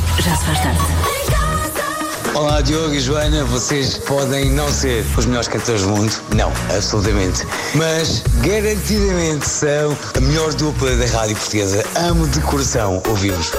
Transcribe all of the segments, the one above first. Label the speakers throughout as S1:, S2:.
S1: Já se faz tarde.
S2: Olá Diogo e Joana, vocês podem não ser os melhores cantores do mundo, não, absolutamente, mas garantidamente são a melhor dupla da rádio portuguesa. Amo de coração ouvir-vos.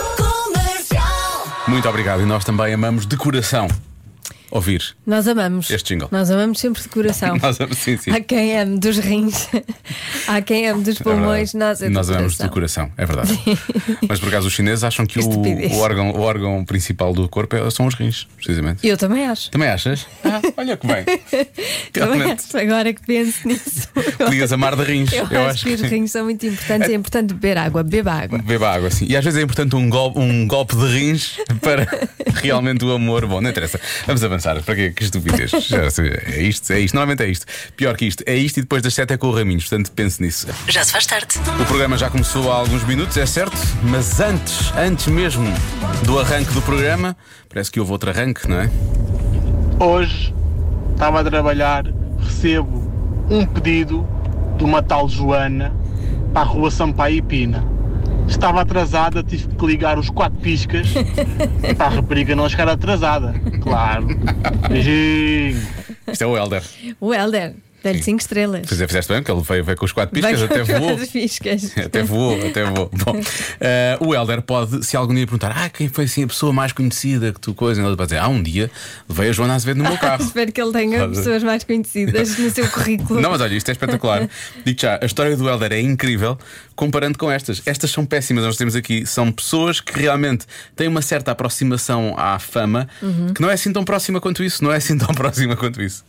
S3: Muito obrigado e nós também amamos de coração ouvir.
S4: Nós amamos.
S3: Este jingle.
S4: Nós amamos sempre de coração.
S3: Nós amamos, sim, sim.
S4: Há quem ame dos rins, há quem ame dos pulmões,
S3: É
S4: nós
S3: verdade.
S4: é
S3: Nós
S4: do
S3: amamos
S4: coração. é
S3: do coração, é verdade. Mas por acaso os chineses acham que o,
S4: Estupidez.
S3: o órgão, o órgão principal do corpo é- são os rins, precisamente.
S4: Eu também acho.
S3: Também achas? Ah, olha que bem.
S4: Também
S3: Realmente.
S4: acho, agora que penso nisso.
S3: Podias amar de rins.
S4: Eu, acho, que os rins são muito importantes. É importante beber água, beba água.
S3: Beba água, sim. E às vezes é importante um, gol- um golpe de rins para realmente o amor. Bom, não interessa. Vamos avançar. Para que, que estupidez? Já se- É isto, é isto. Normalmente é isto. Pior que isto. É isto e depois das 7 é com o Raminhos. Portanto, pense nisso.
S1: Já se faz tarde.
S3: O programa já começou há alguns minutos, é certo? Mas antes, antes mesmo do arranque do programa, parece que houve outro arranque, não é?
S5: Hoje estava a trabalhar, recebo um pedido de uma tal Joana para a rua Sampaio e Pina. Estava atrasada, tive que ligar os quatro piscas para a rapariga não chegar atrasada. Claro. Beijinho.
S3: Isto é o Helder.
S4: O Helder, dá-lhe 5 estrelas.
S3: Pois é, fizeste bem, porque ele veio, veio com os quatro piscas,
S4: Vai
S3: até
S4: com
S3: voou.
S4: as fiscas.
S3: Até voou, até voou. Bom, eh, o Helder pode, se algum dia perguntar, ah, quem foi assim a pessoa mais conhecida que tu coisa, ele vai dizer, ah, um dia veio a Joana Azevedo no meu carro.
S4: Espero que ele tenha
S3: Pode.
S4: pessoas mais conhecidas no seu currículo.
S3: Não, mas olha, isto é espetacular. Digo já, a história do Helder é incrível comparando com estas. Estas são péssimas, nós temos aqui. São pessoas que realmente têm uma certa aproximação à fama,
S4: Uhum.
S3: que não é assim tão próxima quanto isso, não é assim tão próxima quanto isso.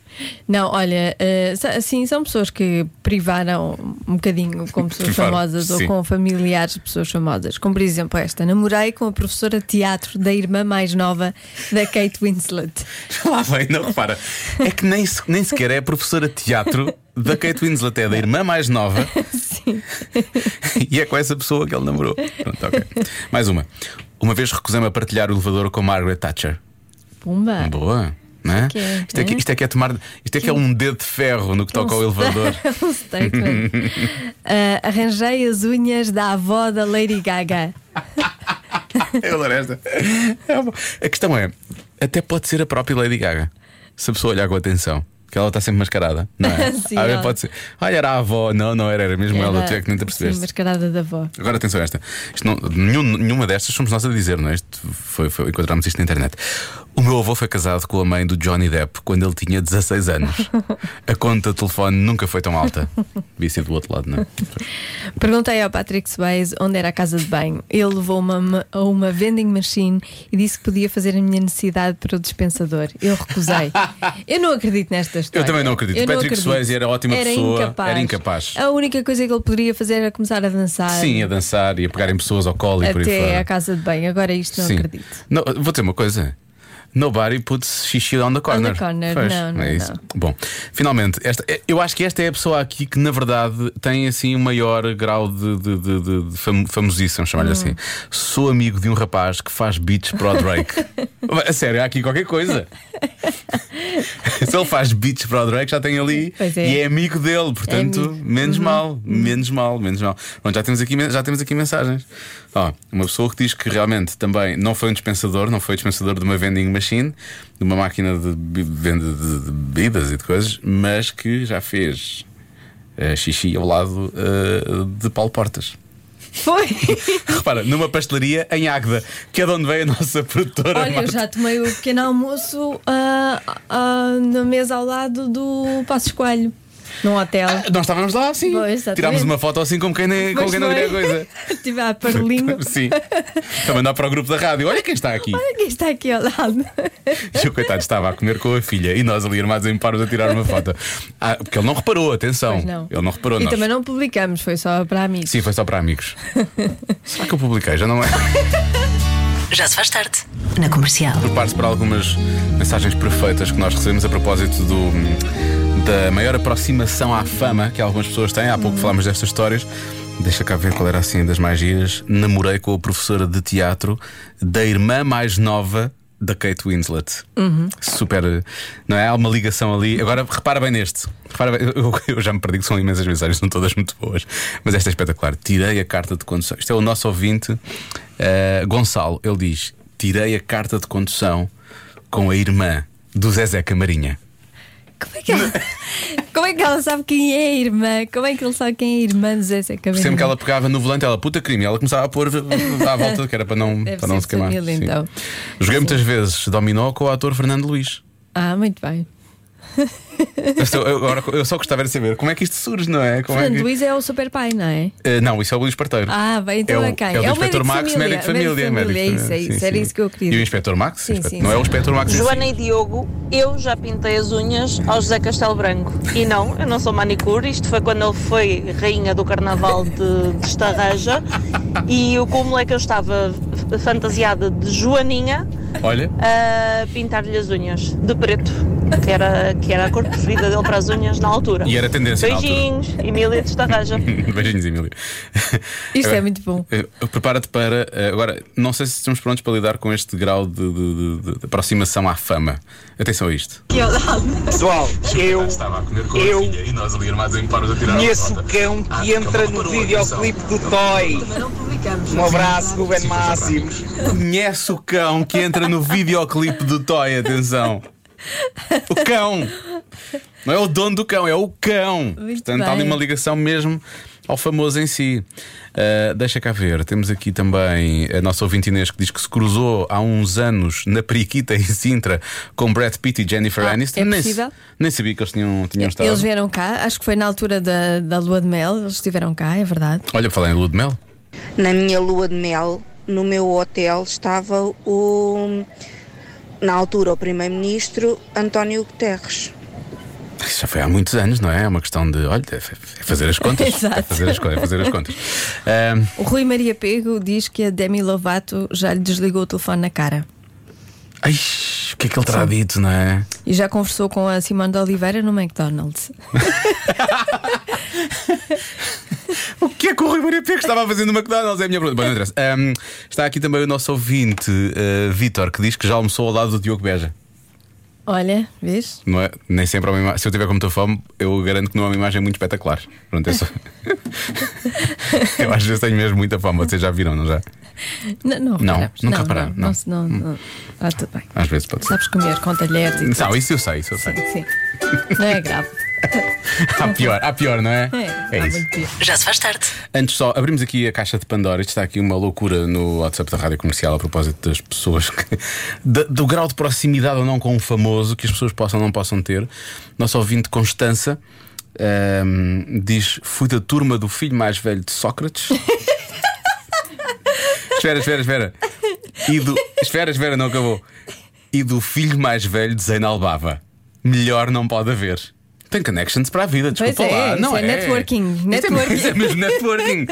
S4: Não, olha, eh, sa- sim, são pessoas que privaram um bocadinho com pessoas
S3: Privaram,
S4: famosas
S3: sim.
S4: ou com familiares de pessoas famosas. Como por exemplo esta, namorei com a professora de teatro da irmã mais nova da Kate Winslet.
S3: Lá vem, não repara. É que nem, se- nem sequer é a professora de teatro da Kate Winslet, é da irmã mais nova.
S4: Sim.
S3: E é com essa pessoa que ele namorou. Pronto, ok. Mais uma. Uma vez recusei-me a partilhar o elevador com Margaret Thatcher.
S4: Pumba.
S3: Boa. Não é?
S4: que é,
S3: Ah. Isto, é que,
S4: hã?
S3: isto é que é tomar. Isto é que é um dedo de ferro no que toca ao elevador.
S4: um statement. Ah, arranjei as unhas da avó da Lady Gaga.
S3: Eu adoro esta. É bom. a questão é: até pode ser a própria Lady Gaga. Se a pessoa olhar com atenção. Que ela está sempre mascarada, não é?
S4: Sim,
S3: Ah,
S4: ela-
S3: pode ser. Olha, era a avó. Não, não era, era mesmo ela.
S4: Era-
S3: Tu é que nem te
S4: Sim,
S3: percebeste.
S4: mascarada da avó.
S3: Agora atenção a esta. Isto não- nenhum- nenhuma destas somos nós a dizer, não é? Isto foi, foi- encontramos isto na internet. O meu avô foi casado com a mãe do Johnny Depp quando ele tinha 16 anos. A conta de telefone nunca foi tão alta. Devia ser do outro lado, não é?
S4: Perguntei ao Patrick Swayze onde era a casa de banho. Ele levou-me a uma vending machine e disse que podia fazer a minha necessidade para o dispensador. Eu recusei. Eu não acredito nesta história.
S3: também não acredito.
S4: Eu não
S3: Patrick
S4: acredito.
S3: Swayze era ótima
S4: Era
S3: pessoa,
S4: Incapaz.
S3: era incapaz.
S4: A única coisa que ele poderia fazer era começar a dançar
S3: Sim, a dançar e a pegarem pessoas ao colo e por aí
S4: até
S3: fora.
S4: à casa de banho. Agora isto não
S3: Sim.
S4: acredito.
S3: Não, vou dizer uma coisa. Nobody puts xixi on the corner.
S4: corner,
S3: Pois,
S4: não, não,
S3: é isso.
S4: não.
S3: Bom, finalmente, esta, eu acho que esta é a pessoa aqui que, na verdade, tem assim o maior grau de, de, de, de- de fam- famosice, vamos
S4: Hum.
S3: chamar-lhe assim. Sou amigo de um rapaz que faz beats para o Drake. a sério, há aqui qualquer coisa. Se ele faz beats para o Drake, já tem ali
S4: Pois é.
S3: e é amigo dele, portanto,
S4: amigo. Uhum.
S3: menos mal, menos mal, menos mal. Pronto, já temos aqui, men- já temos aqui mensagens. Ó, uma pessoa que diz que realmente também não foi um dispensador, não foi dispensador de uma vending machine, de uma máquina de bi- venda de de bebidas e de coisas, mas que já fez eh, xixi ao lado eh, de Paulo Portas.
S4: Foi!
S3: Repara, numa pastelaria em Águeda, que é de onde veio a nossa produtora.
S4: Olha, eu
S3: Marta.
S4: já tomei o pequeno almoço ah, ah, na mesa ao lado do Passo Escoalho, num hotel.
S3: Nós estávamos lá, sim.
S4: Pois, exatamente.
S3: Tirámos uma foto assim como quem, nem,
S4: Pois
S3: como quem não
S4: foi.
S3: queria a coisa.
S4: é. Estive a parlinho.
S3: Sim. Para mandar para o grupo da rádio. Olha quem está aqui.
S4: Quem está aqui ao lado?
S3: E o coitado estava a comer com a filha e nós ali armados em paros a tirar uma foto. Ah, porque ele não reparou, atenção.
S4: Pois não.
S3: Ele não reparou,
S4: E
S3: nós.
S4: também não publicamos, foi só para amigos.
S3: Sim, foi só para amigos. Será que eu publiquei? Já não é?
S1: Já se faz tarde. Na comercial.
S3: Prepare-se para algumas mensagens perfeitas que nós recebemos a propósito do, da maior aproximação à fama que algumas pessoas têm. Há pouco falámos destas histórias. Deixa cá ver qual era assim das mais giras. Namorei com a professora de teatro da irmã mais nova da Kate Winslet. Super. Não é? Há uma ligação ali. Agora repara bem neste. Repara bem. Eu, eu já me perdi que são imensas mensagens, são todas muito boas. Mas esta é espetacular. Tirei a carta de condução. Isto é o nosso ouvinte, eh, Gonçalo. Ele diz: tirei a carta de condução com a irmã do Zezé Camarinha.
S4: Como é, que ela, como é que ela sabe quem é a irmã? Como é que ele sabe quem é a irmã de Zé Camarinha?
S3: Sempre que ela pegava no volante, ela puta crime, ela começava a pôr eh, à volta, que era para não,
S4: Deve
S3: para não
S4: ser
S3: se queimar.
S4: família,
S3: Sim.
S4: então.
S3: Joguei muitas vezes dominó com o ator Fernando Luís.
S4: Ah, muito bem.
S3: Eu, sou- eu- agora, eu só gostava de saber como é que isto surge, não é? Como é
S4: Fernando
S3: que-
S4: Luís é o super pai, não é?
S3: Eh, não, isso é o Luís Parteiro.
S4: Ah, bem, então
S3: é
S4: é
S3: o,
S4: quem?
S3: É o, do
S4: É o médico
S3: Inspector
S4: de
S3: Max,
S4: família,
S3: médico de
S4: médico de
S3: família.
S4: família,
S3: médico de
S4: é isso, é
S3: família.
S4: isso, era isso que eu queria
S3: E o
S4: dizer.
S3: Inspector Max?
S4: Sim,
S3: Inspector-
S4: sim,
S3: não é
S4: sim.
S3: o Inspector Max. sim,
S6: Joana
S3: sim.
S6: e Diogo, eu já pintei as unhas ao José Castelo Branco. E não, eu não sou manicure, isto foi quando ele foi rainha do carnaval de, de Estarreja. E o cúmulo é que eu estava f- fantasiada de Joaninha
S3: Olha,
S6: a pintar-lhe as unhas, de preto, que era, que era a cor preferida dele para as unhas na altura.
S3: E era tendência na altura.
S6: Beijinhos, Emília de Estarreja.
S3: beijinhos, Emílio.
S4: Isto
S3: Agora-
S4: é muito bom.
S3: Eh, Prepara-te para. eh, Agora, não sei se estamos prontos para lidar com este grau de, de- de- de aproximação à fama. Atenção a isto.
S7: Pessoal, eu,
S3: a comer
S7: com a Eu- filha
S3: e nós ali armados em paros a tirar
S7: conheço o cão que entra no videoclipe do Toy. Um abraço, Ruben Máximo.
S3: Conhece o cão que entra no videoclipe do Toy, atenção. O cão! Não é o dono do cão, é o cão.
S4: Muito
S3: Portanto, há ali
S4: bem.
S3: uma ligação mesmo ao famoso em si. Ah, deixa cá ver, temos aqui também a nossa ouvinte Inês que diz que se cruzou há uns anos na Periquita em Sintra com Brad Pitt e Jennifer
S4: Ah,
S3: Aniston.
S4: é
S3: nem,
S4: possível?
S3: nem sabia que eles tinham, tinham estado.
S4: Eles vieram cá, acho que foi na altura da, da lua de mel, eles estiveram cá, é verdade.
S3: Olha, falei em Lua de Mel.
S8: Na minha lua de mel, no meu hotel, estava o. Na altura, o primeiro-ministro António Guterres.
S3: Isso já foi há muitos anos, não é? É uma questão de, olha, é é fazer as contas.
S4: Exato.
S3: É fazer as, co- é fazer as contas. Ah,
S4: O Rui Maria Pego diz que a Demi Lovato já lhe desligou o telefone na cara.
S3: Ai, o que é que ele terá dito, não é?
S4: E já conversou com a Simone de Oliveira no McDonald's.
S3: O que é que o Rui Maria Pego estava a fazer no McDonald's? É a minha pergunta. Bom, não interessa. Ahm, está aqui também o nosso ouvinte, eh, Vítor, que diz que já almoçou ao lado do Diogo Beja.
S4: Olha, vês?
S3: Não é? Nem sempre há uma imagem. Se eu tiver com muita fome, eu garanto que não é uma imagem muito espetacular. Pronto, é só. eu às vezes tenho mesmo muita fome, vocês já viram, não já?
S4: N- não,
S3: Não,
S4: reparamos.
S3: nunca repararam, não.
S4: Não, se- não, não. Ah, tudo bem.
S3: Às vezes pode ser.
S4: Sabes comer com talheres e
S3: Não, isso eu sei, isso eu sei.
S4: tudo. Sim, sim. Não é grave.
S3: Há pior, há pior, não é?
S4: É,
S3: é
S4: há
S3: isso.
S4: muito pior.
S1: Já se faz tarde.
S3: Antes só, abrimos aqui a caixa de Pandora. Isto está aqui uma loucura no WhatsApp da Rádio Comercial a propósito das pessoas que, da- do grau de proximidade ou não com o famoso que as pessoas possam ou não possam ter. Nosso ouvinte Constança ahm, diz: fui da turma do filho mais velho de Sócrates. espera, espera, espera. E do, espera, espera, não acabou. E do filho mais velho de Zeinal Bava. Melhor não pode haver. Tem connections para a vida,
S4: Pois
S3: desculpa
S4: é,
S3: lá.
S4: isso
S3: Não
S4: é networking,
S3: Isto é-
S4: networking.
S3: isto é mesmo networking.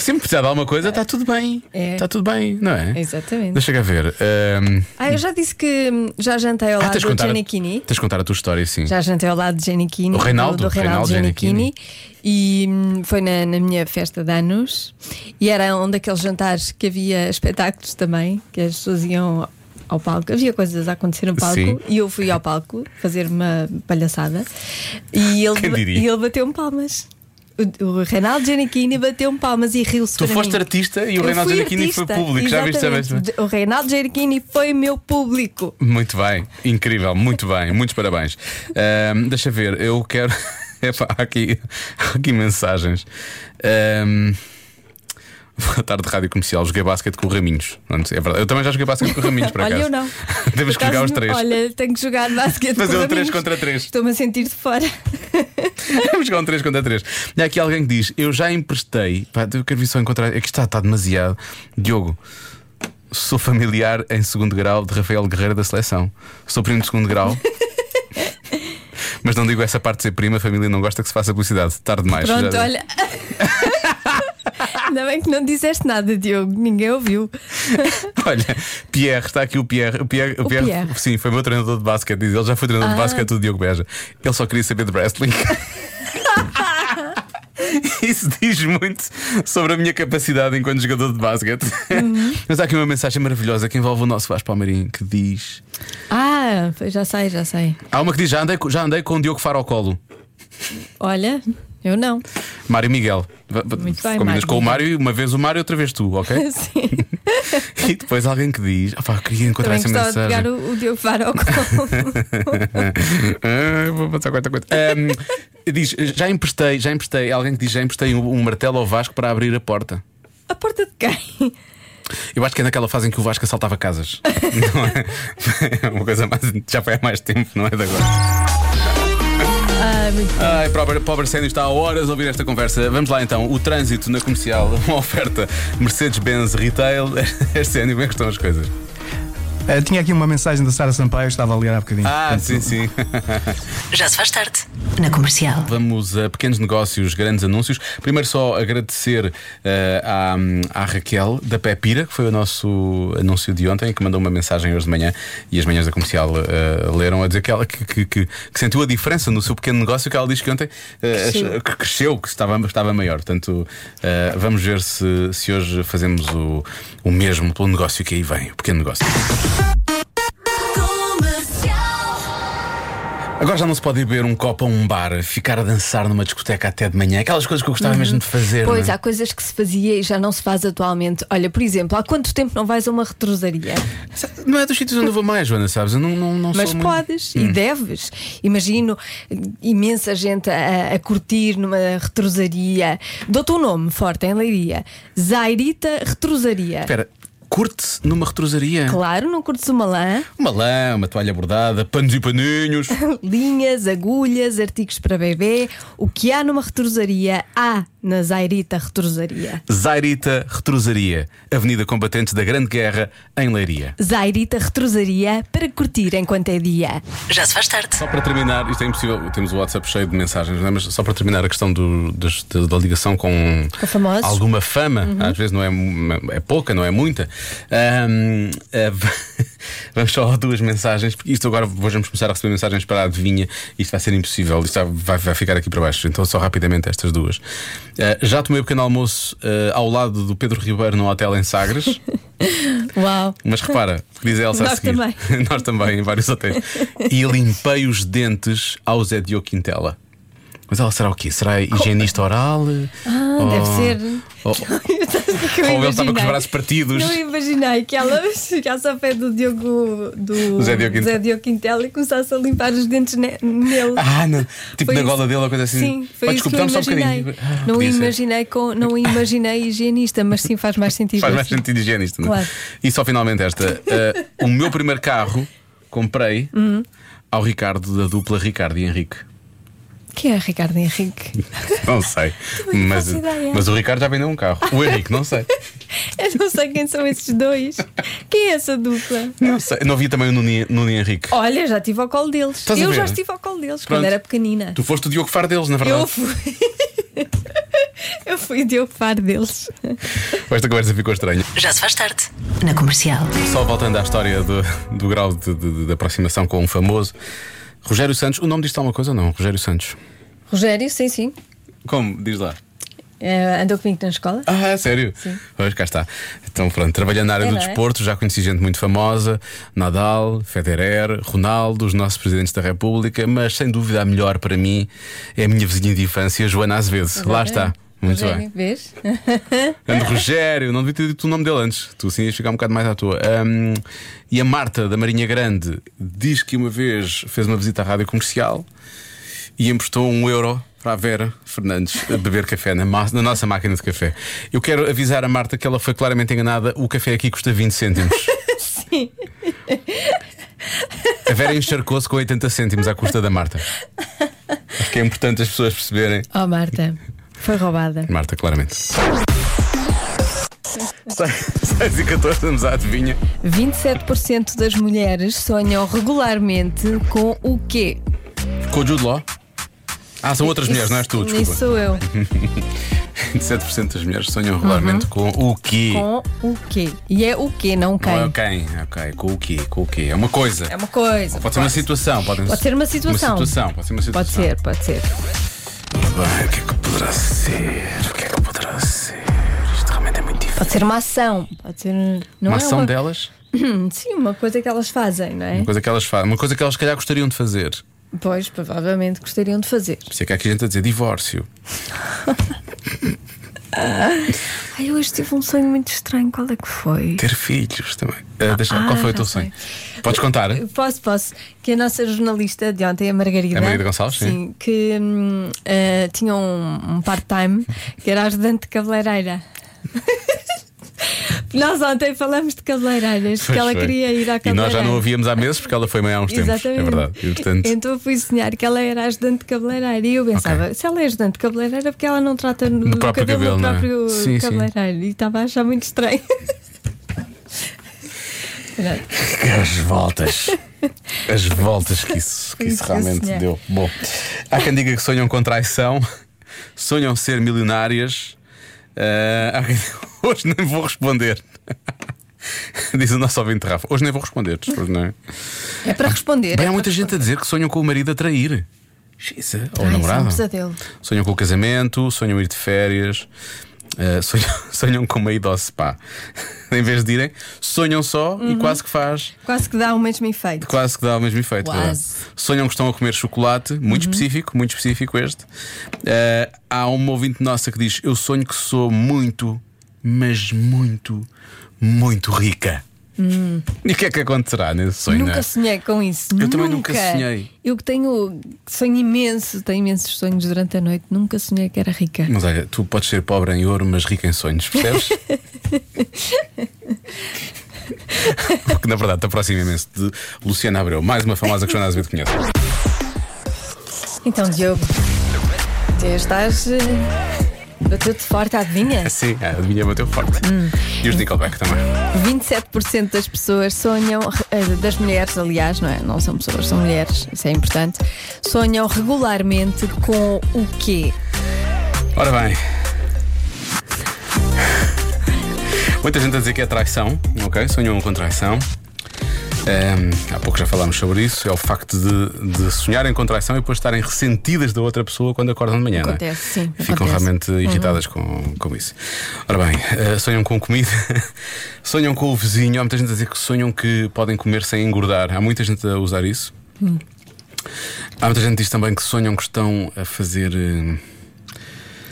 S3: Sempre precisar de alguma coisa, está tudo bem.
S4: É.
S3: Está tudo bem, não é?
S4: Exatamente.
S3: Deixa cá ver. ahm,
S4: Ah, eu já disse que hum, já jantei ao
S3: ah,
S4: lado
S3: tens de
S4: do
S3: contar, a-
S4: Jenny Kini.
S3: tens de contar a tua história, sim.
S4: Já jantei ao lado de Giannichini,
S3: O Reinaldo,
S4: do, do Reinaldo,
S3: Reinaldo
S4: Giannichini, e hum, foi na, na minha festa de anos e era um daqueles jantares que havia espetáculos também, que as pessoas iam ao palco, havia coisas a acontecer no palco
S3: Sim.
S4: e eu fui ao palco fazer uma palhaçada e ele,
S3: Quem diria?
S4: e ele bateu-me palmas. O, o Reinaldo Giannichini bateu-me palmas e riu-se
S3: Tu
S4: para
S3: foste
S4: mim.
S3: artista e o
S4: Eu
S3: Reinaldo
S4: fui
S3: Giannichini foi
S4: artista,
S3: público. Já viste, já viste?
S4: exatamente. O Reinaldo Giannichini foi meu público.
S3: Muito bem, incrível, muito bem, muitos parabéns. Ahm, deixa ver, eu quero. Epá, há, aqui, há aqui mensagens. Ahm, Boa tarde, Rádio Comercial. Joguei basquete com o Raminhos. Não sei, é verdade. Eu também já joguei basquete com o Raminhos, por
S4: Olha,
S3: acaso.
S4: eu não.
S3: Temos
S4: Por
S3: que jogar
S4: acaso,
S3: os três.
S4: Olha, tenho que jogar basquete.
S3: Fazer
S4: com
S3: um três
S4: amigos.
S3: contra três.
S4: Estou-me a sentir de fora.
S3: Vamos jogar um 3 contra 3. Há aqui alguém que diz: Eu já emprestei. Pá, eu quero vir só encontrar. Aqui está, está demasiado. Diogo, sou familiar em segundo grau de Rafael Guerreiro da seleção. Sou primo de segundo grau. Mas não digo essa parte de ser prima, a família não gosta que se faça publicidade. Tarde demais.
S4: Pronto,
S3: Já-
S4: olha. Ainda bem que não disseste nada, Diogo. Ninguém ouviu.
S3: Olha, Pierre, está aqui o Pierre. O Pierre, o Pierre,
S4: Pierre.
S3: Sim, foi meu treinador de basquete. Diz, Ele já foi treinador de
S4: Ah.
S3: basquete do Diogo Beja. Ele só queria saber de wrestling. Isso diz muito sobre a minha capacidade enquanto jogador de basquete.
S4: Uhum.
S3: Mas há aqui uma mensagem maravilhosa que envolve o nosso Vasco Palmeirinho que diz:
S4: Ah, pois já sei, já sei.
S3: Há uma que diz, já andei, co- já andei com o Diogo Faro ao colo.
S4: Olha, eu não.
S3: Mário Miguel. Va- va-
S4: Muito bem,
S3: Combinas
S4: Mário
S3: com o Mário e uma vez o Mário, outra vez tu, ok?
S4: Sim.
S3: E depois alguém que diz: "Ah pá, eu queria encontrar
S4: Também
S3: essa
S4: gostava de
S3: mensagem.
S4: pegar o, o Diogo Faro ao colo.
S3: Ah, É. Vou passar quarta coisa. Ahm, diz, já emprestei, já emprestei. Alguém que diz, já emprestei um, um martelo ao Vasco para abrir a porta.
S4: A porta de quem?
S3: Eu acho que é naquela fase em que o Vasco assaltava casas. não é? É Uma coisa mais. Já foi há mais tempo, não é de agora.
S4: Ah, muito bem.
S3: Ai, pobre, pobre Sênio está há horas a ouvir esta conversa. Vamos lá então. O trânsito na comercial, uma oferta Mercedes-Benz Retail. É Sênio, como é que estão as coisas?
S9: Eh, tinha aqui uma mensagem da Sara Sampaio, estava a ler há bocadinho.
S3: Ah,
S9: Portanto,
S3: sim, sim.
S1: Já se faz tarde. Na comercial.
S3: Vamos a pequenos negócios, grandes anúncios. Primeiro, só agradecer eh, à, à Raquel da Pepira, que foi o nosso anúncio de ontem, que mandou uma mensagem hoje de manhã e as manhãs da comercial eh, leram a dizer que ela que, que- que- que sentiu a diferença no seu pequeno negócio, que ela diz que ontem eh,
S4: Cresceu.
S3: ach- que cresceu, que estava, estava maior. Portanto, eh, vamos ver se, se hoje fazemos o, o mesmo pelo negócio que aí vem, o pequeno negócio. Agora já não se pode ir beber um copo a um bar, ficar a dançar numa discoteca até de manhã, aquelas coisas que eu gostava mesmo de fazer.
S4: Pois,
S3: não é?
S4: há coisas que se fazia e já não se faz atualmente. Olha, por exemplo, há quanto tempo não vais a uma retrosaria?
S3: Não é dos sítios onde eu vou mais, Joana, sabes? Eu não, não, não
S4: Mas
S3: sou muito- Hum.
S4: podes e deves. Imagino eh, imensa gente a, a curtir numa retrosaria. Dou-te um nome forte em Leiria: Zairita Retrosaria.
S3: Espera, curte-se numa retrosaria.
S4: Claro, não curtes uma lã,
S3: Uma lã, uma toalha bordada, panos e paninhos.
S4: linhas, agulhas, artigos para bebê. O que há numa retrosaria, há na Zairita Retrosaria.
S3: Zairita Retrosaria, Avenida Combatentes da Grande Guerra, em Leiria.
S4: Zairita Retrosaria para curtir enquanto é dia.
S1: Já se faz tarde.
S3: Só para terminar, isto é impossível, temos o WhatsApp cheio de mensagens, não é? mas só para terminar a questão do- das- da, da ligação com,
S4: Com famosos. Uhum.
S3: alguma fama, às vezes não é, mu- é pouca, não é muita. Ahm, eh, vamos só a duas mensagens, porque isto agora vamos começar a receber mensagens para a adivinha, isto vai ser impossível, isto vai, vai ficar aqui para baixo. Então, só rapidamente estas duas. Eh, já tomei um pequeno almoço eh, ao lado do Pedro Ribeiro no hotel em Sagres.
S4: Uau!
S3: Mas repara, o que diz a Elsa a
S4: Nós
S3: seguir.
S4: também.
S3: Nós também, em vários hotéis. E limpei os dentes ao Zé Diogo Quintela. Mas ela será o quê? Será higienista oral?
S4: Ah,
S3: Ou-
S4: deve ser.
S3: ou-
S4: Que eu
S3: Oh. Ou ele estava com os
S4: imaginei.
S3: braços partidos.
S4: Não imaginei que ela chegasse ao pé do Diogo do
S3: Zé Diogo
S4: Zé
S3: Quintela.
S4: Diogo Quintela e começasse a limpar os dentes ne- nele.
S3: Ah, não. Tipo
S4: Foi
S3: na
S4: isso.
S3: gola dele ou coisa assim.
S4: Sim, foi
S3: Pá,
S4: isso que
S3: desculpe,
S4: eu
S3: dá-me só um
S4: imaginei.
S3: bocadinho. Ah,
S4: não
S3: podia ser.
S4: imaginei com, não imaginei higienista, mas sim faz mais sentido.
S3: Faz mais
S4: assim.
S3: sentido higienista, não é?
S4: Claro.
S3: E só finalmente esta. Eh, o meu primeiro carro comprei
S4: Hum.
S3: ao Ricardo da dupla Ricardo e Henrique.
S4: Quem é Ricardo Henrique?
S3: Não sei.
S4: Também não
S3: mas,
S4: faço ideia.
S3: mas o Ricardo já vendeu um carro. O Henrique, não sei.
S4: Eu não sei quem são esses dois. Quem é essa dupla?
S3: Não sei. Não havia também o Nuno, Nuno Henrique.
S4: Olha, já estive ao colo deles.
S3: Estás a
S4: eu já
S3: ver?
S4: estive ao colo deles
S3: Pronto.
S4: quando era pequenina.
S3: Tu foste o Diogo Faro deles, na verdade.
S4: Eu fui. eu fui de par deles.
S3: Esta conversa ficou estranha.
S1: Já se faz tarde. Na comercial.
S3: Só voltando à história do, do grau de, de- de aproximação com um famoso. Rogério Santos, o nome diz alguma coisa ou não? Rogério Santos.
S4: Rogério, sim, sim.
S3: Como? Diz lá.
S4: Eh, andou comigo na escola.
S3: Ah, é sério? Sim. Pois cá está. Então pronto, trabalhando na área
S4: É,
S3: do
S4: não é?
S3: desporto, já conheci gente muito famosa: Nadal, Federer, Ronaldo, os nossos presidentes da República, mas sem dúvida a melhor para mim é a minha vizinha de infância, Joana Azevedo.
S4: é.
S3: Lá está. Muito
S4: Rogério,
S3: bem.
S4: Vês?
S3: Ando Rogério, não devia ter dito o nome dele antes. Tu assim ias ficar um bocado mais à toa. Ahm, e a Marta, da Marinha Grande, diz que uma vez fez uma visita à rádio comercial e emprestou um euro para a Vera Fernandes a beber café na, ma- na nossa máquina de café. Eu quero avisar a Marta que ela foi claramente enganada. O café aqui custa 20 cêntimos. Sim. A Vera encharcou-se com 80 cêntimos à custa da Marta. Acho que é importante as pessoas perceberem.
S4: Oh, Marta, foi roubada.
S3: Marta, claramente. 6 e 14, estamos à adivinha.
S4: 27% das mulheres sonham regularmente com o quê?
S3: Com o Jude Law. Ah, são outras mulheres, não és tu,
S4: Isso
S3: desculpa.
S4: sou eu.
S3: 27% das mulheres sonham regularmente com o quê?
S4: Uhum. Com o quê? E é o quê, não quem?
S3: Não é o quem, é o quê? Com o quê? Com o quê? É uma coisa.
S4: É uma coisa.
S3: Pode ser uma situação. Pode,
S4: Pode ser uma situação.
S3: Uma situação. Pode ser uma
S4: Pode
S3: situação.
S4: ser, pode ser.
S3: Bem, o que é que poderá ser? O que é que poderá ser? Isto realmente é muito difícil.
S4: Pode ser uma ação. Pode ser. Não
S3: uma
S4: é
S3: ação
S4: uma... hum,
S3: delas?
S4: Sim, uma coisa que elas fazem, não é?
S3: Uma coisa que elas fazem. Uma coisa que elas, se calhar, gostariam de fazer. Por
S4: Pois, provavelmente gostariam de fazer.
S3: isso é que há aqui gente a dizer divórcio.
S4: Ai, hoje tive um sonho muito estranho. Qual é que foi?
S3: Ter filhos também. Ah, deixa- qual
S4: Ah,
S3: foi
S4: já
S3: o teu
S4: sei.
S3: sonho? Podes contar?
S4: Posso, posso. Que a nossa jornalista de ontem, a Margarida.
S3: É A Margarida Gonçalves, sim.
S4: que hum, eh, tinha um, um part-time que era ajudante de cabeleireira. Nós ontem falamos de cabeleireiras, que
S3: Pois
S4: ela
S3: foi.
S4: queria ir à
S3: E
S4: cabeleireira.
S3: nós já não a víamos há meses porque ela foi mãe há uns tempos.
S4: Exatamente.
S3: É verdade. E, portanto,
S4: Então eu fui sonhar que ela era ajudante de cabeleireira. E eu pensava,
S3: Ok.
S4: se ela é ajudante de cabeleireira, porque ela não trata no,
S3: Do próprio
S4: cabelo,
S3: cabelo,
S4: do
S3: não é?
S4: próprio
S3: Sim, sim.
S4: cabeleireiro. E estava a achar muito estranho.
S3: Que As voltas. As voltas que isso, que isso
S4: Isso, é.
S3: realmente
S4: senhor.
S3: deu. Bom, há quem diga que sonham com traição, sonham ser milionárias. Ah, há quem diga, hoje nem vou responder. Diz o nosso ouvinte Rafa. Hoje nem vou responder. Hoje não é?
S4: É para responder.
S3: Bem,
S4: é
S3: há muita
S4: para
S3: gente a dizer que sonham com o marido a trair. Xisa, ou
S4: Ai, isso é
S3: o
S4: um
S3: namorado.
S4: pesadelo.
S3: Sonham com o casamento, sonham ir de férias, eh, sonham, sonham com uma ida ao spa. em vez de irem, sonham só
S4: Uhum.
S3: e quase que faz.
S4: Quase que dá o mesmo efeito.
S3: Quase que dá o mesmo efeito.
S4: Quase. Uhum.
S3: verdade. Sonham que estão a comer chocolate, muito específico, muito específico este. Eh, há uma ouvinte nossa que diz: Eu sonho que sou muito, mas muito, muito rica. E o que é que acontecerá nesse sonho? não
S4: Hum. Nunca
S3: é?
S4: sonhei com isso.
S3: Eu também nunca sonhei.
S4: Eu que tenho sonho imenso, tenho imensos sonhos durante a noite, nunca sonhei que era rica.
S3: Mas olha, tu podes ser pobre em ouro, mas rico em sonhos, percebes? Porque na verdade te aproxima imenso de Luciana Abreu, mais uma famosa que Joana Azevedo conhece.
S4: Então, Diogo, tu estás. eh, Bateu-te forte, adivinha?
S3: É Sim, a adivinha bateu forte. E os Nickelback também.
S4: 27% das pessoas sonham, eh, das mulheres, aliás, não é? Não são pessoas, são mulheres, isso é importante. Sonham regularmente com o quê?
S3: Ora bem. Muita gente a dizer que é traição, ok? Sonham com traição. Ahm, há pouco já falámos sobre isso. É o facto de, de sonharem com traição e depois estarem ressentidas da outra pessoa quando acordam de manhã. não é?
S4: Acontece, sim,
S3: Ficam
S4: acontece. Uhum.
S3: realmente irritadas com, com isso. Ora bem, ah, sonham com comida, sonham com o vizinho. Há muita gente a dizer que sonham que podem comer sem engordar. Há muita gente a usar isso.
S4: Hum.
S3: Há muita gente que diz também que sonham que estão a fazer. hum,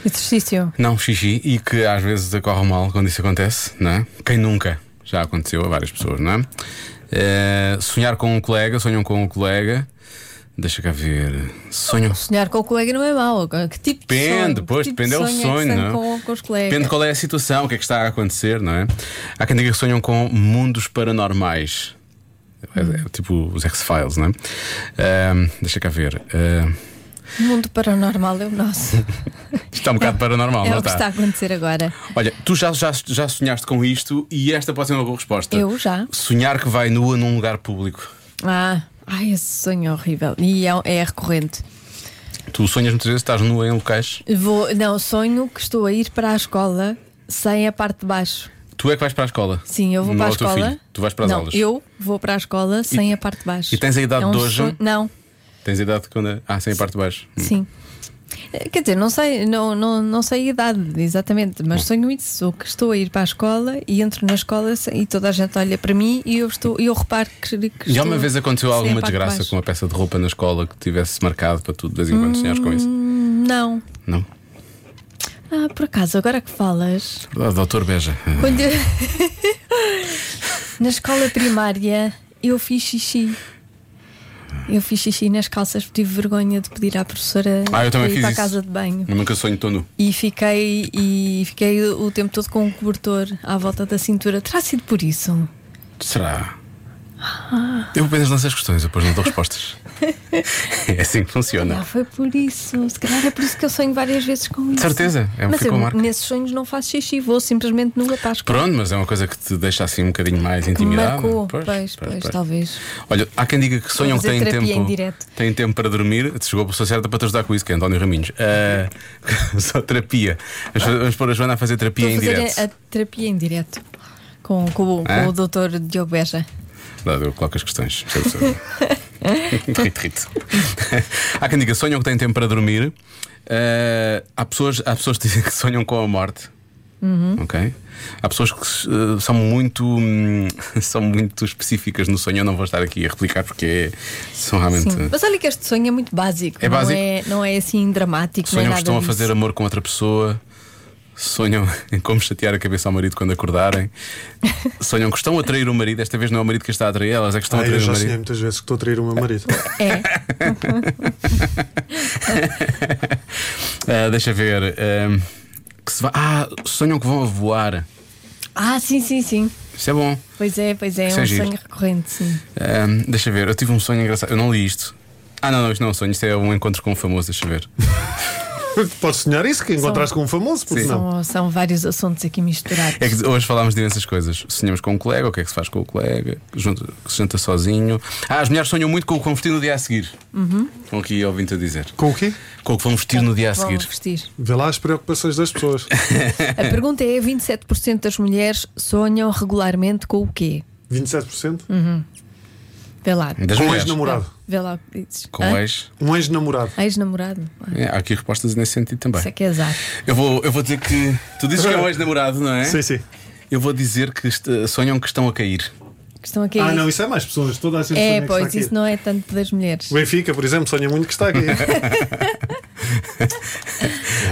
S4: Exercício.
S3: não, xixi, e que às vezes ocorre mal quando isso acontece, não é? Quem nunca? Já aconteceu a várias pessoas, não é? Eh, sonhar com um colega, sonham com um colega. Deixa cá ver. Sonham.
S4: Sonhar com o colega não é mau. Que tipo de sonho?
S3: Depende,
S4: Que
S3: pois,
S4: tipo de
S3: depende, é o
S4: sonho
S3: sonho,
S4: que se tem
S3: não é?
S4: com, com os colegas.
S3: Depende qual é a situação, o que é que está a acontecer, não é? Há quem diga que sonham com mundos paranormais. É, é tipo os X-Files, não é? Eh, deixa cá ver. Eh,
S4: O mundo paranormal é o nosso.
S3: isto está um bocado paranormal,
S4: é
S3: não
S4: o que está a acontecer agora.
S3: Olha, tu já, já, já sonhaste com isto e esta pode ser uma boa resposta.
S4: Eu já.
S3: Sonhar que vai nua num lugar público.
S4: Ah, ai, esse sonho é horrível. E é, é recorrente.
S3: Tu sonhas muitas vezes que estás nua em locais.
S4: Vou, não, sonho que estou a ir para a escola sem a parte de baixo.
S3: Tu é que vais para a escola.
S4: Sim, eu vou
S3: Não
S4: para
S3: é
S4: a
S3: o teu
S4: escola.
S3: filho. Tu vais para as
S4: não,
S3: aulas.
S4: Eu vou para a escola sem a parte de baixo.
S3: e tens a idade
S4: é um
S3: de hoje? Hum.
S4: sonho- Não,
S3: Tens idade quando. é- Ah, sem a parte de baixo.
S4: sim. Eh, Quer dizer, não sei, não, não, não sei a idade exatamente, mas
S3: Hum.
S4: sonho isso. Que estou a ir para a escola e entro na escola sem- e toda a gente olha para mim e eu, estou, e eu reparo que. que
S3: Já uma
S4: estou
S3: vez aconteceu
S4: sem a
S3: alguma
S4: parte de
S3: desgraça
S4: baixo.
S3: com uma peça de roupa na escola que tivesse marcado para tu de vez em quando sonhares com isso?
S4: Hum. Não.
S3: Não?
S4: Ah, por acaso, agora que falas.
S3: Ah, Doutor Beja.
S4: Quando eu- na escola primária eu fiz xixi. Eu fiz xixi nas calças, tive vergonha de pedir à professora
S3: Ah, eu também
S4: para ir
S3: fiz
S4: para
S3: isso.
S4: a casa de banho.
S3: Eu nunca sonho tão nu.
S4: E fiquei, e fiquei o tempo todo com um cobertor à volta da cintura. Terá sido por isso?
S3: Será? Eu apenas lanço as questões, eu depois não dou respostas. é assim que funciona.
S4: Ah, foi por isso. Se calhar é por isso que eu sonho várias vezes com isso.
S3: certeza, é um
S4: Mas
S3: fica
S4: eu,
S3: uma marca.
S4: nesses sonhos não faço xixi, vou simplesmente nunca para a escola.
S3: Pronto, mas é uma coisa que te deixa assim um bocadinho mais
S4: Que me
S3: intimidado.
S4: marcou. Pois, pois, talvez.
S3: Olha, há quem diga que sonham que
S4: fazer
S3: têm
S4: terapia em
S3: tempo.
S4: direto.
S3: Têm tempo para dormir. Chegou a pessoa certa para te ajudar com isso, que é António Raminhos. Ah, só terapia. Vamos- Vamos pôr a Joana a fazer terapia em
S4: Estou a
S3: direto. É?
S4: fazer a, a terapia em direto com, com, o-
S3: Hã?
S4: com o doutor Diogo Beja.
S3: Verdade, eu coloco as questões. percebe, percebe? Rito, rito. Há quem diga sonham que têm tempo para dormir. Ah, há, pessoas, há pessoas que dizem que sonham com a morte.
S4: Uhum.
S3: Ok? Há pessoas que eh, são muito hum, são muito específicas no sonho. Eu não vou estar aqui a replicar porque é- são realmente.
S4: Sim. Mas olha que este sonho é muito básico.
S3: É básico.
S4: Não, é, não é assim dramático.
S3: Sonham
S4: não
S3: que
S4: é nada
S3: estão a fazer
S4: disso.
S3: amor com outra pessoa. Sonham em como chatear a cabeça ao marido quando acordarem. Sonham que estão a trair o marido. Esta vez não é o marido que está a trair, elas é que estão a
S10: Ah, eu
S3: trair o
S10: já
S3: marido.
S10: sonhei muitas vezes que estou a trair o meu marido.
S3: Ah, deixa ver. ahm, que se vá- Ah, sonham que vão a voar.
S4: Ah, sim, sim, sim.
S3: Isso é bom.
S4: Pois é, pois é, é
S3: Isso é
S4: um
S3: giro.
S4: sonho recorrente, sim.
S3: Ahm, deixa ver, eu tive um sonho engraçado. Eu não li isto. Ah, não, não, isto não é um sonho. Isto é um encontro com um famoso. Deixa ver.
S10: Podes sonhar isso, que encontraste com um famoso, porque não?
S4: São, Oh, são vários assuntos aqui misturados.
S3: É que hoje falámos de imensas coisas. Sonhamos com um colega, o que é que se faz com o colega, junto, que se janta sozinho. Ah, as mulheres sonham muito com o que vão vestir no dia a seguir.
S4: Uhum.
S3: Estão aqui ouvindo a dizer.
S10: Com o quê?
S3: Com o que vão vestir no dia a
S4: Vão
S3: seguir.
S4: vestir.
S10: Vê lá as preocupações das pessoas.
S4: A pergunta é: 27% das mulheres sonham regularmente com o quê?
S10: 27%?
S4: Hum. Vê lá.
S3: Das
S10: Com um
S3: mulheres.
S10: ex-namorado.
S4: Vê lá o que dizes.
S3: Com
S4: Hã?
S3: ex.
S10: Um ex-namorado.
S4: Ex-namorado. Ah,
S3: É, há aqui respostas nesse sentido também.
S4: Isso é que é azar.
S3: Eu vou, eu vou dizer que. Tu dizes que é um ex-namorado, não é?
S10: Sim, sim.
S3: Eu vou dizer que este- sonham que estão a cair.
S4: Que estão aqui.
S10: Ah, não, isso é mais pessoas. Toda a gente sonha
S4: é,
S10: que
S4: pois,
S10: está
S4: isso
S10: aqui.
S4: não é tanto das mulheres.
S10: O Benfica, por exemplo, sonha muito que está aqui.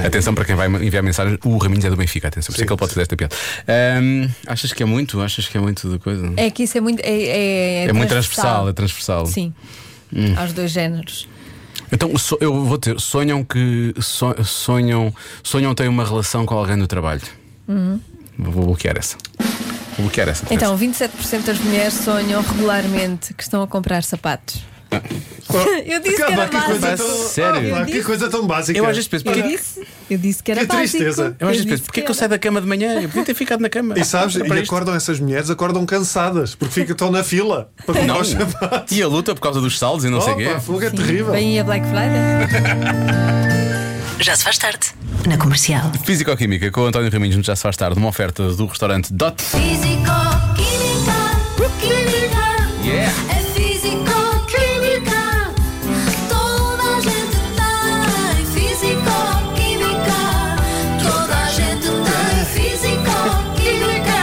S3: Atenção para quem vai enviar mensagem. O Raminhos é do Benfica, atenção. Por isso é que ele pode fazer esta piada. Ahm, achas que é muito? Achas que é muito de coisa?
S4: É que isso é muito. É, é,
S3: É muito transversal, é transversal.
S4: Sim. Aos dois géneros.
S3: Então so- eu vou ter, sonham que so- sonham, sonham têm uma relação com alguém no trabalho. Vou- Vou bloquear essa. Vou bloquear essa.
S4: Então, 27% das mulheres sonham regularmente que estão a comprar sapatos. Eu disse que era
S10: Caramba, que coisa
S4: básico.
S10: tão-
S3: Sério?
S10: Pá,
S4: oh, Eu
S10: que
S4: disse-
S10: coisa tão básica.
S3: Eu às vezes penso,
S4: Eu
S3: porque-
S4: disse, eu disse que era
S10: Que
S4: básico.
S10: tristeza.
S3: eu às vezes
S4: disse
S3: penso, porque é que eu
S4: era.
S3: saio da cama de manhã? Eu podia ter ficado na cama.
S10: E sabes,
S3: Para
S10: e
S3: isto.
S10: acordam essas mulheres, acordam cansadas, porque ficam estão na fila para comprar
S3: Não.
S10: os sapatos.
S3: E a luta por causa dos saldos e não sei o quê.
S10: Opa, fogo é terrível.
S4: Vem aí a Black Friday.
S1: Já se faz tarde. Na comercial.
S3: Físico-Química com o António Raminhos no Já Se Faz Tarde, uma oferta do restaurante Dot.
S11: Físico, química, química.
S3: Yeah.
S11: É físico, química. Toda a gente tem físico, química. Toda a gente tem físico, química.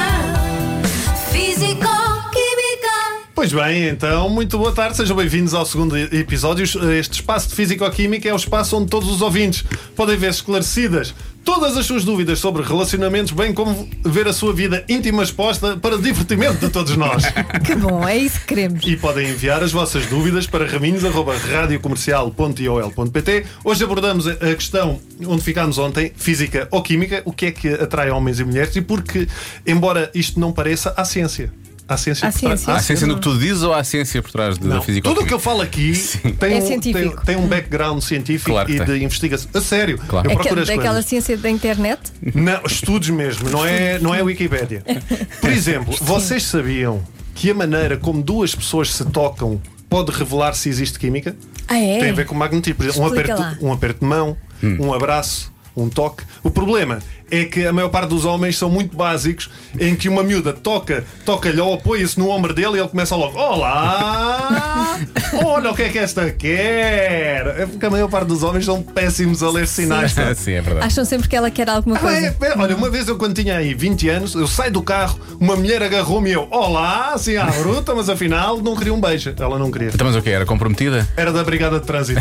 S11: Físico, química.
S10: Pois bem, então, muito boa tarde, sejam bem-vindos ao segundo e- episódio. Este espaço de Físico-Química é o espaço onde todos os ouvintes podem ver esclarecidas todas as suas dúvidas sobre relacionamentos, bem como ver a sua vida íntima exposta para divertimento de todos nós.
S4: Que bom, é isso que queremos.
S10: E podem enviar as vossas dúvidas para raminhos.radiocomercial.iol.pt Hoje abordamos a a questão onde ficámos ontem, física ou química, o que é que atrai homens e mulheres e porque, embora isto não pareça, há ciência. Há ciência.
S4: Há
S10: por trás-
S4: ciência.
S3: Há ciência no que tu dizes ou há ciência por trás de- da
S10: Não,
S3: física?
S10: Tudo o que eu falo aqui tem,
S4: É
S10: um, tem,
S4: científico.
S10: tem um background científico
S3: Claro que
S10: e
S3: tem.
S10: de investigação. A sério,
S3: Claro.
S10: eu
S4: Aquela-
S10: procuro as
S4: daquela
S10: coisas.
S4: ciência da internet?
S10: Não, estudos mesmo, não é, não é Wikipédia.
S3: É.
S10: Por exemplo, vocês sabiam que a maneira como duas pessoas se tocam pode revelar se existe química?
S4: Ah, é?
S10: Tem a ver com o magnetismo. Por exemplo, um
S4: Explica
S10: aperto,
S4: lá.
S10: um aperto de mão, um abraço, um toque. O problema é que a maior parte dos homens são muito básicos em que uma miúda toca, toca-lhe ou apoia-se no ombro dele e ele começa logo: Olá! Olha o que é que esta quer! É porque a maior parte dos homens são péssimos a ler sinais. pá.
S3: Sim, é verdade.
S4: Acham sempre que ela quer alguma
S10: Ah, é,
S4: coisa.
S10: é, olha, uma vez eu quando tinha aí 20 anos, eu saio do carro, uma mulher agarrou-me e eu, olá, assim à bruta, mas afinal não queria um beijo. Ela não queria.
S3: Então, mas o que era? Comprometida?
S10: Era da Brigada de Trânsito.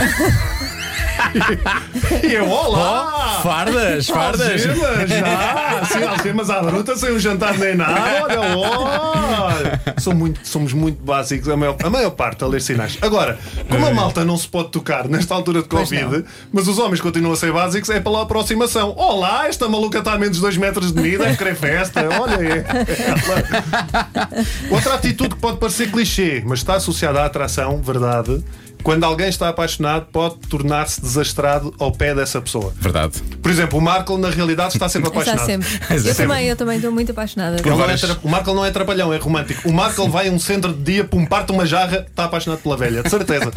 S10: e eu, olá!
S3: Fardas,
S4: Ah,
S3: fardas!
S10: Algemas, já! Sim, algemas à bruta, sem um jantar nem nada, olha, olha! Sou muito- somos muito básicos, a maior, a maior parte a ler sinais. Agora, como a malta não se pode tocar nesta altura de
S4: Pois
S10: Covid, mas os homens continuam a ser básicos, é pela aproximação. Olá, esta maluca está a menos de 2 metros de mim, deve querer festa, olha é. ela. Outra atitude que pode parecer clichê, mas está associada à atração, verdade. Quando alguém está apaixonado, pode tornar-se desastrado ao pé dessa pessoa.
S3: Verdade.
S10: Por exemplo, o Marco na realidade está sempre apaixonado.
S4: Está sempre. Eu também, eu também estou muito apaixonada.
S10: Ele não é
S3: várias-
S10: tra- o Marco não é trapalhão, é romântico. O Marco vai a um centro de dia, pum, parte uma jarra, está apaixonado pela velha, de certeza.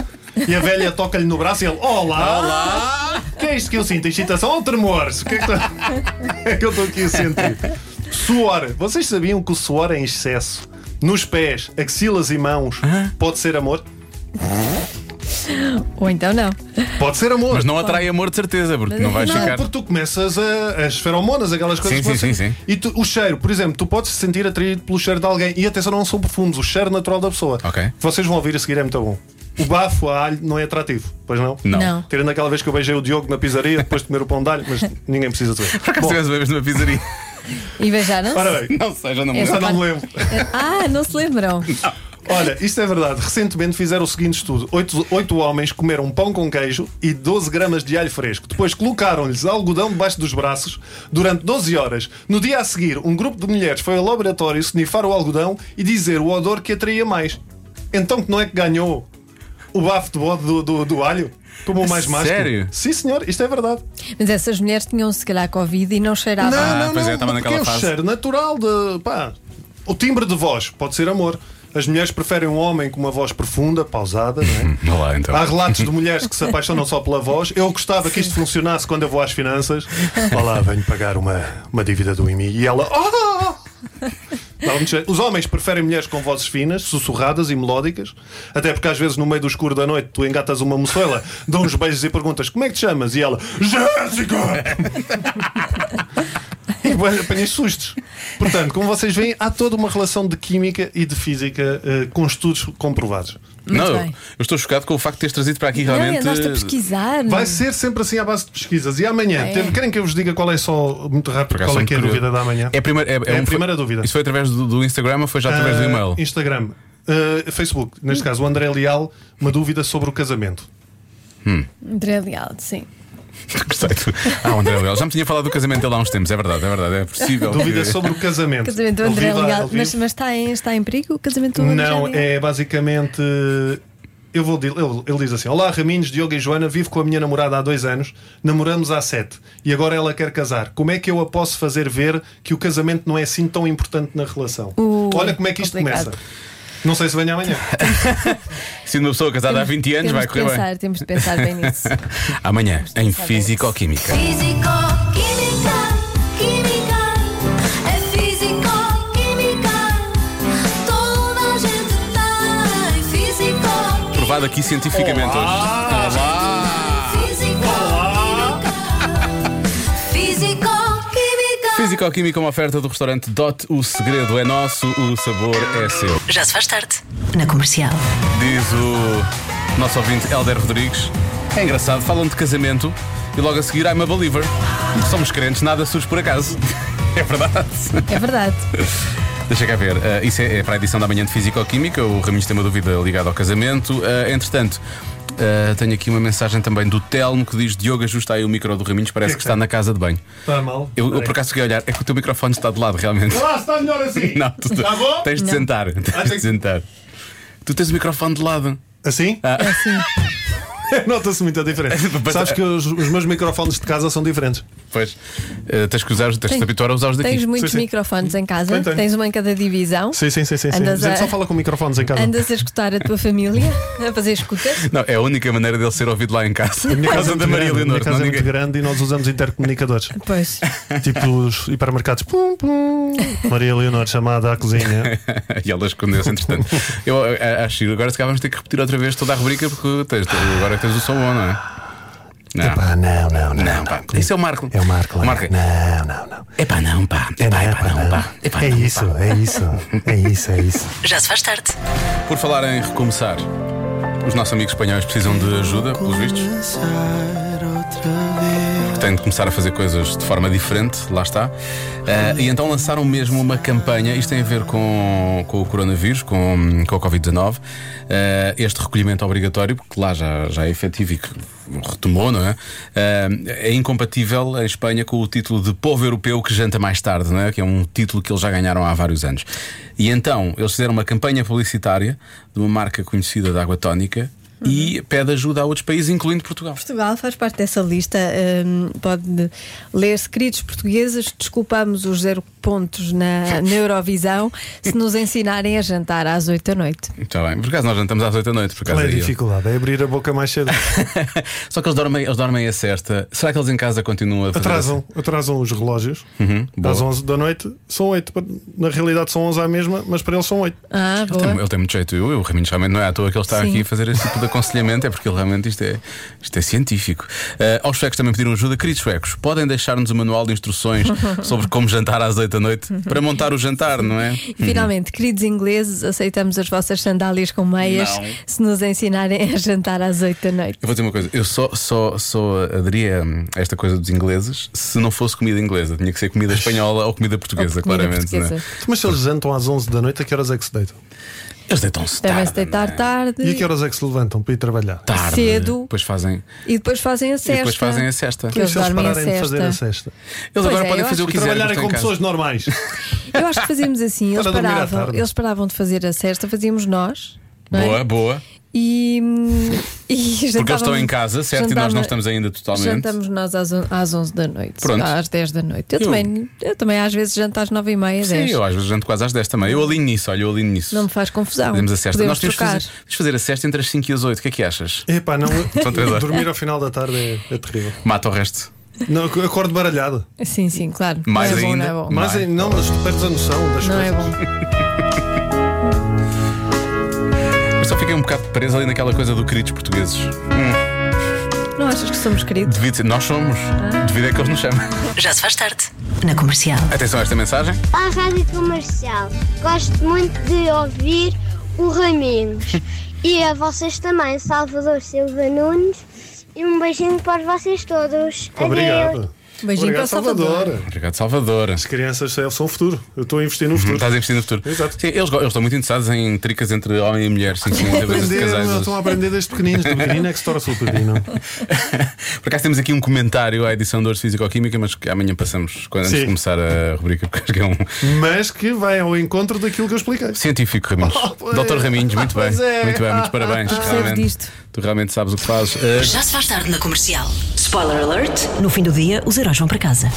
S10: E a velha toca-lhe no braço e ele, olá! Olá! que é isto que eu sinto? Excitação ou tremores? O que é que, tá- o que é que eu estou aqui a sentir? Suor. Vocês sabiam que o suor é em excesso, nos pés, axilas e mãos, pode ser amor?
S4: Ou então não.
S10: Pode ser amor.
S3: Mas não atrai amor de certeza, porque
S4: Mas-
S3: não vais
S4: Não,
S3: ficar.
S10: Porque tu começas a, as feromonas, aquelas coisas
S3: Sim,
S10: que
S3: sim,
S10: você-
S3: sim, sim.
S10: E tu- o cheiro, por exemplo, tu podes te sentir atraído pelo cheiro de alguém. E atenção, não são perfumes, o cheiro natural da pessoa.
S3: Ok.
S10: Vocês vão ouvir a seguir, é muito bom. o bafo a alho não é atrativo, pois não?
S3: Não. Não.
S10: Tirando aquela vez que eu beijei o Diogo na pizzaria depois de comer o pão de alho, mas ninguém precisa saber.
S3: Por acaso tivemos bebês numa pizzaria?
S4: E beijaram-se?
S10: Ora bem.
S3: Não sei, já não me
S4: É
S10: Já
S3: lembro.
S10: não me lembro.
S4: Ah, não se lembram.
S10: Olha, isto é verdade. Recentemente fizeram o seguinte estudo: oito, oito homens comeram pão com queijo e 12 gramas de alho fresco. Depois colocaram-lhes algodão debaixo dos braços durante 12 horas. No dia a seguir, um grupo de mulheres foi ao laboratório snifar o algodão e dizer o odor que atraía mais. Então que não é que ganhou o bafo de bode do, do, do alho? Como o mais mágico?
S3: Sério?
S10: Sim, senhor, isto é verdade.
S4: Mas essas mulheres tinham se calhar Covid e não cheiravam.
S10: Não, não,
S3: pois
S10: não,
S3: é, estava
S10: porque
S3: naquela
S10: é o
S3: fase.
S10: cheiro natural de. Pá, o timbre de voz pode ser amor. As mulheres preferem um homem com uma voz profunda, pausada, não é?
S3: Olá, então.
S10: Há relatos de mulheres que se apaixonam só pela voz. Eu gostava que isto funcionasse quando eu vou às finanças. Olá, venho pagar uma, uma dívida do IMI. E ela. "Oh!" Dá muito jeito. Os homens preferem mulheres com vozes finas, sussurradas e melódicas. Até porque às vezes no meio do escuro da noite tu engatas uma moçoela, dá uns beijos e perguntas como é que te chamas? E ela, Jéssica! e bem, apanhas sustos. Portanto, como vocês veem, há toda uma relação de química e de física eh, com estudos comprovados.
S3: Não, eu,
S4: bem.
S3: eu estou chocado com o facto de teres trazido para aqui
S4: Não,
S3: realmente. eh,
S4: andaste a pesquisar.
S10: Vai ser sempre assim à base de pesquisas. E amanhã,
S4: Hum. É.
S10: tem- querem que eu vos diga qual é só, muito rápido,
S3: acaso
S10: qual é
S3: sou
S10: que é a
S3: muito
S10: dúvida
S3: curioso.
S10: da manhã?
S3: É a primeira, é,
S10: É a
S3: um-
S10: primeira
S3: foi-
S10: dúvida.
S3: Isso foi através do, do Instagram ou foi já através do
S10: Ah,
S3: e-mail?
S10: Instagram. Ah, Facebook.
S4: Hum.
S10: Neste caso, o André Leal, uma dúvida sobre o casamento.
S4: André Leal, sim.
S3: Gostei. Ah, o André Leal. Já me tinha falado do casamento dele há uns tempos, é verdade, é verdade, é possível.
S10: Dúvida
S3: que-
S10: sobre o casamento.
S4: Casamento do
S10: Ele
S4: André
S10: vive-
S4: Leal.
S10: ele vive-
S4: Mas, mas está, em, está em perigo o casamento do André
S10: Não,
S4: Leal?
S10: é basicamente. Eu vou, di- ele, ele diz assim: Olá, Raminhos, Diogo e Joana, vivo com a minha namorada há dois anos, namoramos há sete e agora ela quer casar. Como é que eu a posso fazer ver que o casamento não é assim tão importante na relação?
S4: Uh,
S10: Olha como é que isto
S4: complicado.
S10: começa. Não sei se venha amanhã.
S3: Sendo uma pessoa casada há 20 anos,
S4: temos de
S3: vai correr
S4: pensar,
S3: bem.
S4: Temos de pensar bem nisso.
S3: Amanhã, em
S4: pensar bem
S3: Físico-Química.
S11: Físico, química, química, é físico, química. Toda a gente tá tem físico.
S3: Provado aqui cientificamente hoje.
S11: Físico, química. Físico, química.
S3: Físico-Química, é uma oferta do restaurante Dot. O segredo é nosso, o sabor é seu.
S1: Já se faz tarde. Na comercial.
S3: Diz o nosso ouvinte Helder Rodrigues. É engraçado, falam de casamento e logo a seguir I'm a believer. Somos crentes, nada surge por acaso. É verdade.
S4: É verdade.
S3: Deixa cá ver. eh, isso é, é para a edição da manhã de Físico-Química. O Raminhos tem uma dúvida ligada ao casamento. Eh, entretanto. eh, tenho aqui uma mensagem também do Telmo que diz Diogo ajusta aí o micro do Raminhos, parece que, está na casa de banho.
S10: Está mal.
S3: Eu, eu por acaso fiquei a olhar, é que o teu microfone está de lado realmente.
S10: Lá está melhor assim.
S3: Não, tu,
S10: Tá bom?
S3: tens de
S4: Não.
S3: sentar.
S10: Ah,
S3: Tens
S10: tem
S3: de
S10: que-
S3: sentar. Tu tens o microfone de lado.
S10: Assim?
S4: É
S3: Ah.
S10: Nota-se muita diferença.
S3: Mas-
S10: Sabes que os, os meus microfones de casa são diferentes.
S3: Pois eh, tens que usar, os- tens de te
S4: Tem-
S3: habituar a usar os daqui.
S4: Tens muitos
S10: sim.
S4: microfones em casa,
S10: Tenho, tenho.
S4: tens um em cada divisão.
S10: Sim, sim, sim, sim. sim. A
S4: Andas
S10: gente
S4: a-
S10: só fala com microfones em casa.
S4: Andas a escutar a tua família, a fazer escutas.
S3: Não, é a única maneira dele ser ouvido lá em casa.
S10: A minha
S3: Por
S10: casa,
S3: causa
S10: é
S3: da
S10: muito,
S3: Maria
S10: grande, a minha
S3: Leonor. senão
S10: casa é muito
S3: ninguém-
S10: grande e nós usamos intercomunicadores.
S4: Pois.
S10: tipo os hipermercados. Pum, pum. Maria Leonor chamada à cozinha.
S3: e ela escondeu-se, entretanto. Eu eh, acho giro. Agora se calhar vamos ter que repetir outra vez toda a rubrica porque tens- agora tens o som bom, não é? Não,
S10: Pá, não, não, não.
S3: não, pá. Isso é o Marco.
S10: É o Marco. lá.
S3: Marco.
S10: Não, não, não.
S3: Epá, não, pá. Epá, epá, não, pá. Epá,
S10: É
S3: não, pá.
S10: isso, é isso. É isso, é isso.
S1: Já se faz tarde.
S3: Por falar em recomeçar, os nossos amigos espanhóis precisam de ajuda, pelos vistos. Têm de começar a fazer coisas de forma diferente, lá está. Ah, e então lançaram mesmo uma campanha, isto tem a ver com, com o coronavírus, com, com a Covid-19, ah, este recolhimento obrigatório, porque lá já, já é efetivo e que retomou, não é? Ah, é incompatível a Espanha com o título de povo europeu que janta mais tarde, não é? Que é um título que eles já ganharam há vários anos. E então eles fizeram uma campanha publicitária de uma marca conhecida de água tónica e pede ajuda a outros países, incluindo Portugal.
S4: Portugal faz parte dessa lista. hum, pode ler-se, queridos portugueses, desculpamos os zero pontos na, na Eurovisão se nos ensinarem a jantar às oito da noite.
S3: Está Tá bem, por acaso nós jantamos às 8 da noite, por
S10: Qual
S3: acaso
S10: é a
S3: aí eu-
S10: dificuldade? É abrir a boca mais cedo.
S3: Só que eles dormem, eles dormem a certa. Será que eles em casa continuam a fazer
S10: Atrasam, atrasam os relógios.
S3: Uhum, boa.
S10: Às 11 da noite são 8. Na realidade são 11 à mesma, mas para eles são 8.
S4: Ah,
S3: assim? Ele tem,
S4: boa.
S3: ele tem muito jeito. Eu, eu, o Raminhos realmente não é à toa que ele está
S4: Sim.
S3: aqui a fazer este tipo de aconselhamento, é porque realmente isto é, isto é científico. Eh, aos suecos também pediram ajuda. Queridos suecos, podem deixar-nos o manual de instruções sobre como jantar às 8 da noite para montar o jantar, não é?
S4: Finalmente, queridos ingleses, aceitamos as vossas sandálias com meias
S3: Não.
S4: se nos ensinarem a jantar às 8 da noite.
S3: Eu vou dizer uma coisa, eu só, só, só aderia hum, a esta coisa dos ingleses se não fosse comida inglesa. Tinha que ser comida espanhola ou comida portuguesa, claramente. Não é?
S10: Mas se eles jantam às 11 da noite, a que horas é que se deitam?
S3: Eles deitam-se
S4: Devem-se deitar tarde
S10: E a que horas é que se levantam para ir trabalhar?
S3: tarde.
S4: Cedo.
S3: Depois fazem.
S4: e depois fazem a
S3: E
S4: cesta.
S3: depois fazem a cesta.
S4: Que eles
S10: se eles
S4: dormem a
S10: pararem de fazer a
S4: cesta.
S10: cesta.
S3: Eles
S4: Pois
S3: agora
S4: é,
S3: podem
S4: eu
S3: fazer
S4: acho
S3: o que
S4: que-
S3: quiserem.
S10: Trabalharem
S3: estão
S10: com
S3: em casa.
S10: pessoas normais.
S4: Eu acho que fazíamos assim, eles
S10: Para dormir à
S4: paravam,
S10: tarde.
S4: eles paravam de fazer a cesta, fazíamos nós. não é?
S3: Boa, boa.
S4: E, e
S3: Porque eles estão em
S4: jantávamos-
S3: casa, certo? E nós
S4: jantava-
S3: não estamos ainda totalmente.
S4: Jantamos nós às, on- às 11 da noite,
S3: Pronto.
S4: às 10 da noite. Eu,
S3: Eu-
S4: Também, eu também às vezes janto às 9 e meia,
S3: Sim,
S4: 10.
S3: eu às vezes janto quase às 10 também. Eu alinho nisso, olha, eu alinho nisso.
S4: Não me faz confusão.
S3: Fazemos a cesta.
S4: Podemos
S3: Nós temos que
S4: trocar.
S3: fazer, temos que fazer a cesta entre as 5 e as 8. O que é que achas?
S10: Epá, não.
S3: São três horas.
S10: Dormir ao final da tarde é, é terrível.
S3: Mata o resto.
S10: Não, eu acordo baralhado.
S4: Sim, sim, claro.
S3: Mais
S4: não é
S3: ainda.
S4: Bom, não é bom.
S10: Mas
S3: Não é?
S10: eh, não, mas tu perdes a noção das
S4: Não é
S10: coisas.
S4: bom.
S3: Mas só fiquei um bocado preso ali naquela coisa do queridos portugueses.
S4: Não achas que somos queridos?
S3: Devido ser, nós somos.
S4: Ah.
S3: Devido é que eles nos chamam.
S1: Já se faz tarde. Na comercial.
S3: Atenção a esta mensagem.
S12: à Rádio Comercial. Gosto muito de ouvir o Raminhos. e a vocês também, Salvador Silva Nunes. E um beijinho para vocês todos. Adeus.
S10: Obrigado.
S4: Beijinho
S10: Obrigado,
S4: para Salvador.
S3: Obrigado, Salvador.
S10: As crianças são são o futuro. Eu estou a investir no futuro.
S4: Uhum.
S3: Estás a investir no futuro.
S10: Exato.
S3: Sim, eles, go- eles estão muito interessados em tricas entre homem e mulher, sim, sim, entre vezes de
S10: Aprender,
S3: casais.
S10: Estão a aprender desde pequeninos. Do pequenino é que se torna o pequenino.
S3: Por acaso temos aqui um comentário à edição de Hoje Físico-Química, mas que amanhã passamos quando antes
S10: Sim.
S3: de começar a rubrica, porque acho que é um
S10: Mas que vai ao encontro daquilo que eu expliquei.
S3: científico, Raminhos.
S10: Oh, pois.
S3: Dr. Raminhos, muito bem.
S10: Pois é.
S3: Muito bem, muitos parabéns.
S4: percebo disto.
S3: tu realmente sabes o que fazes. Eh,
S1: Já se faz tarde na comercial. Spoiler alert: no fim do dia, os heróis vão para casa.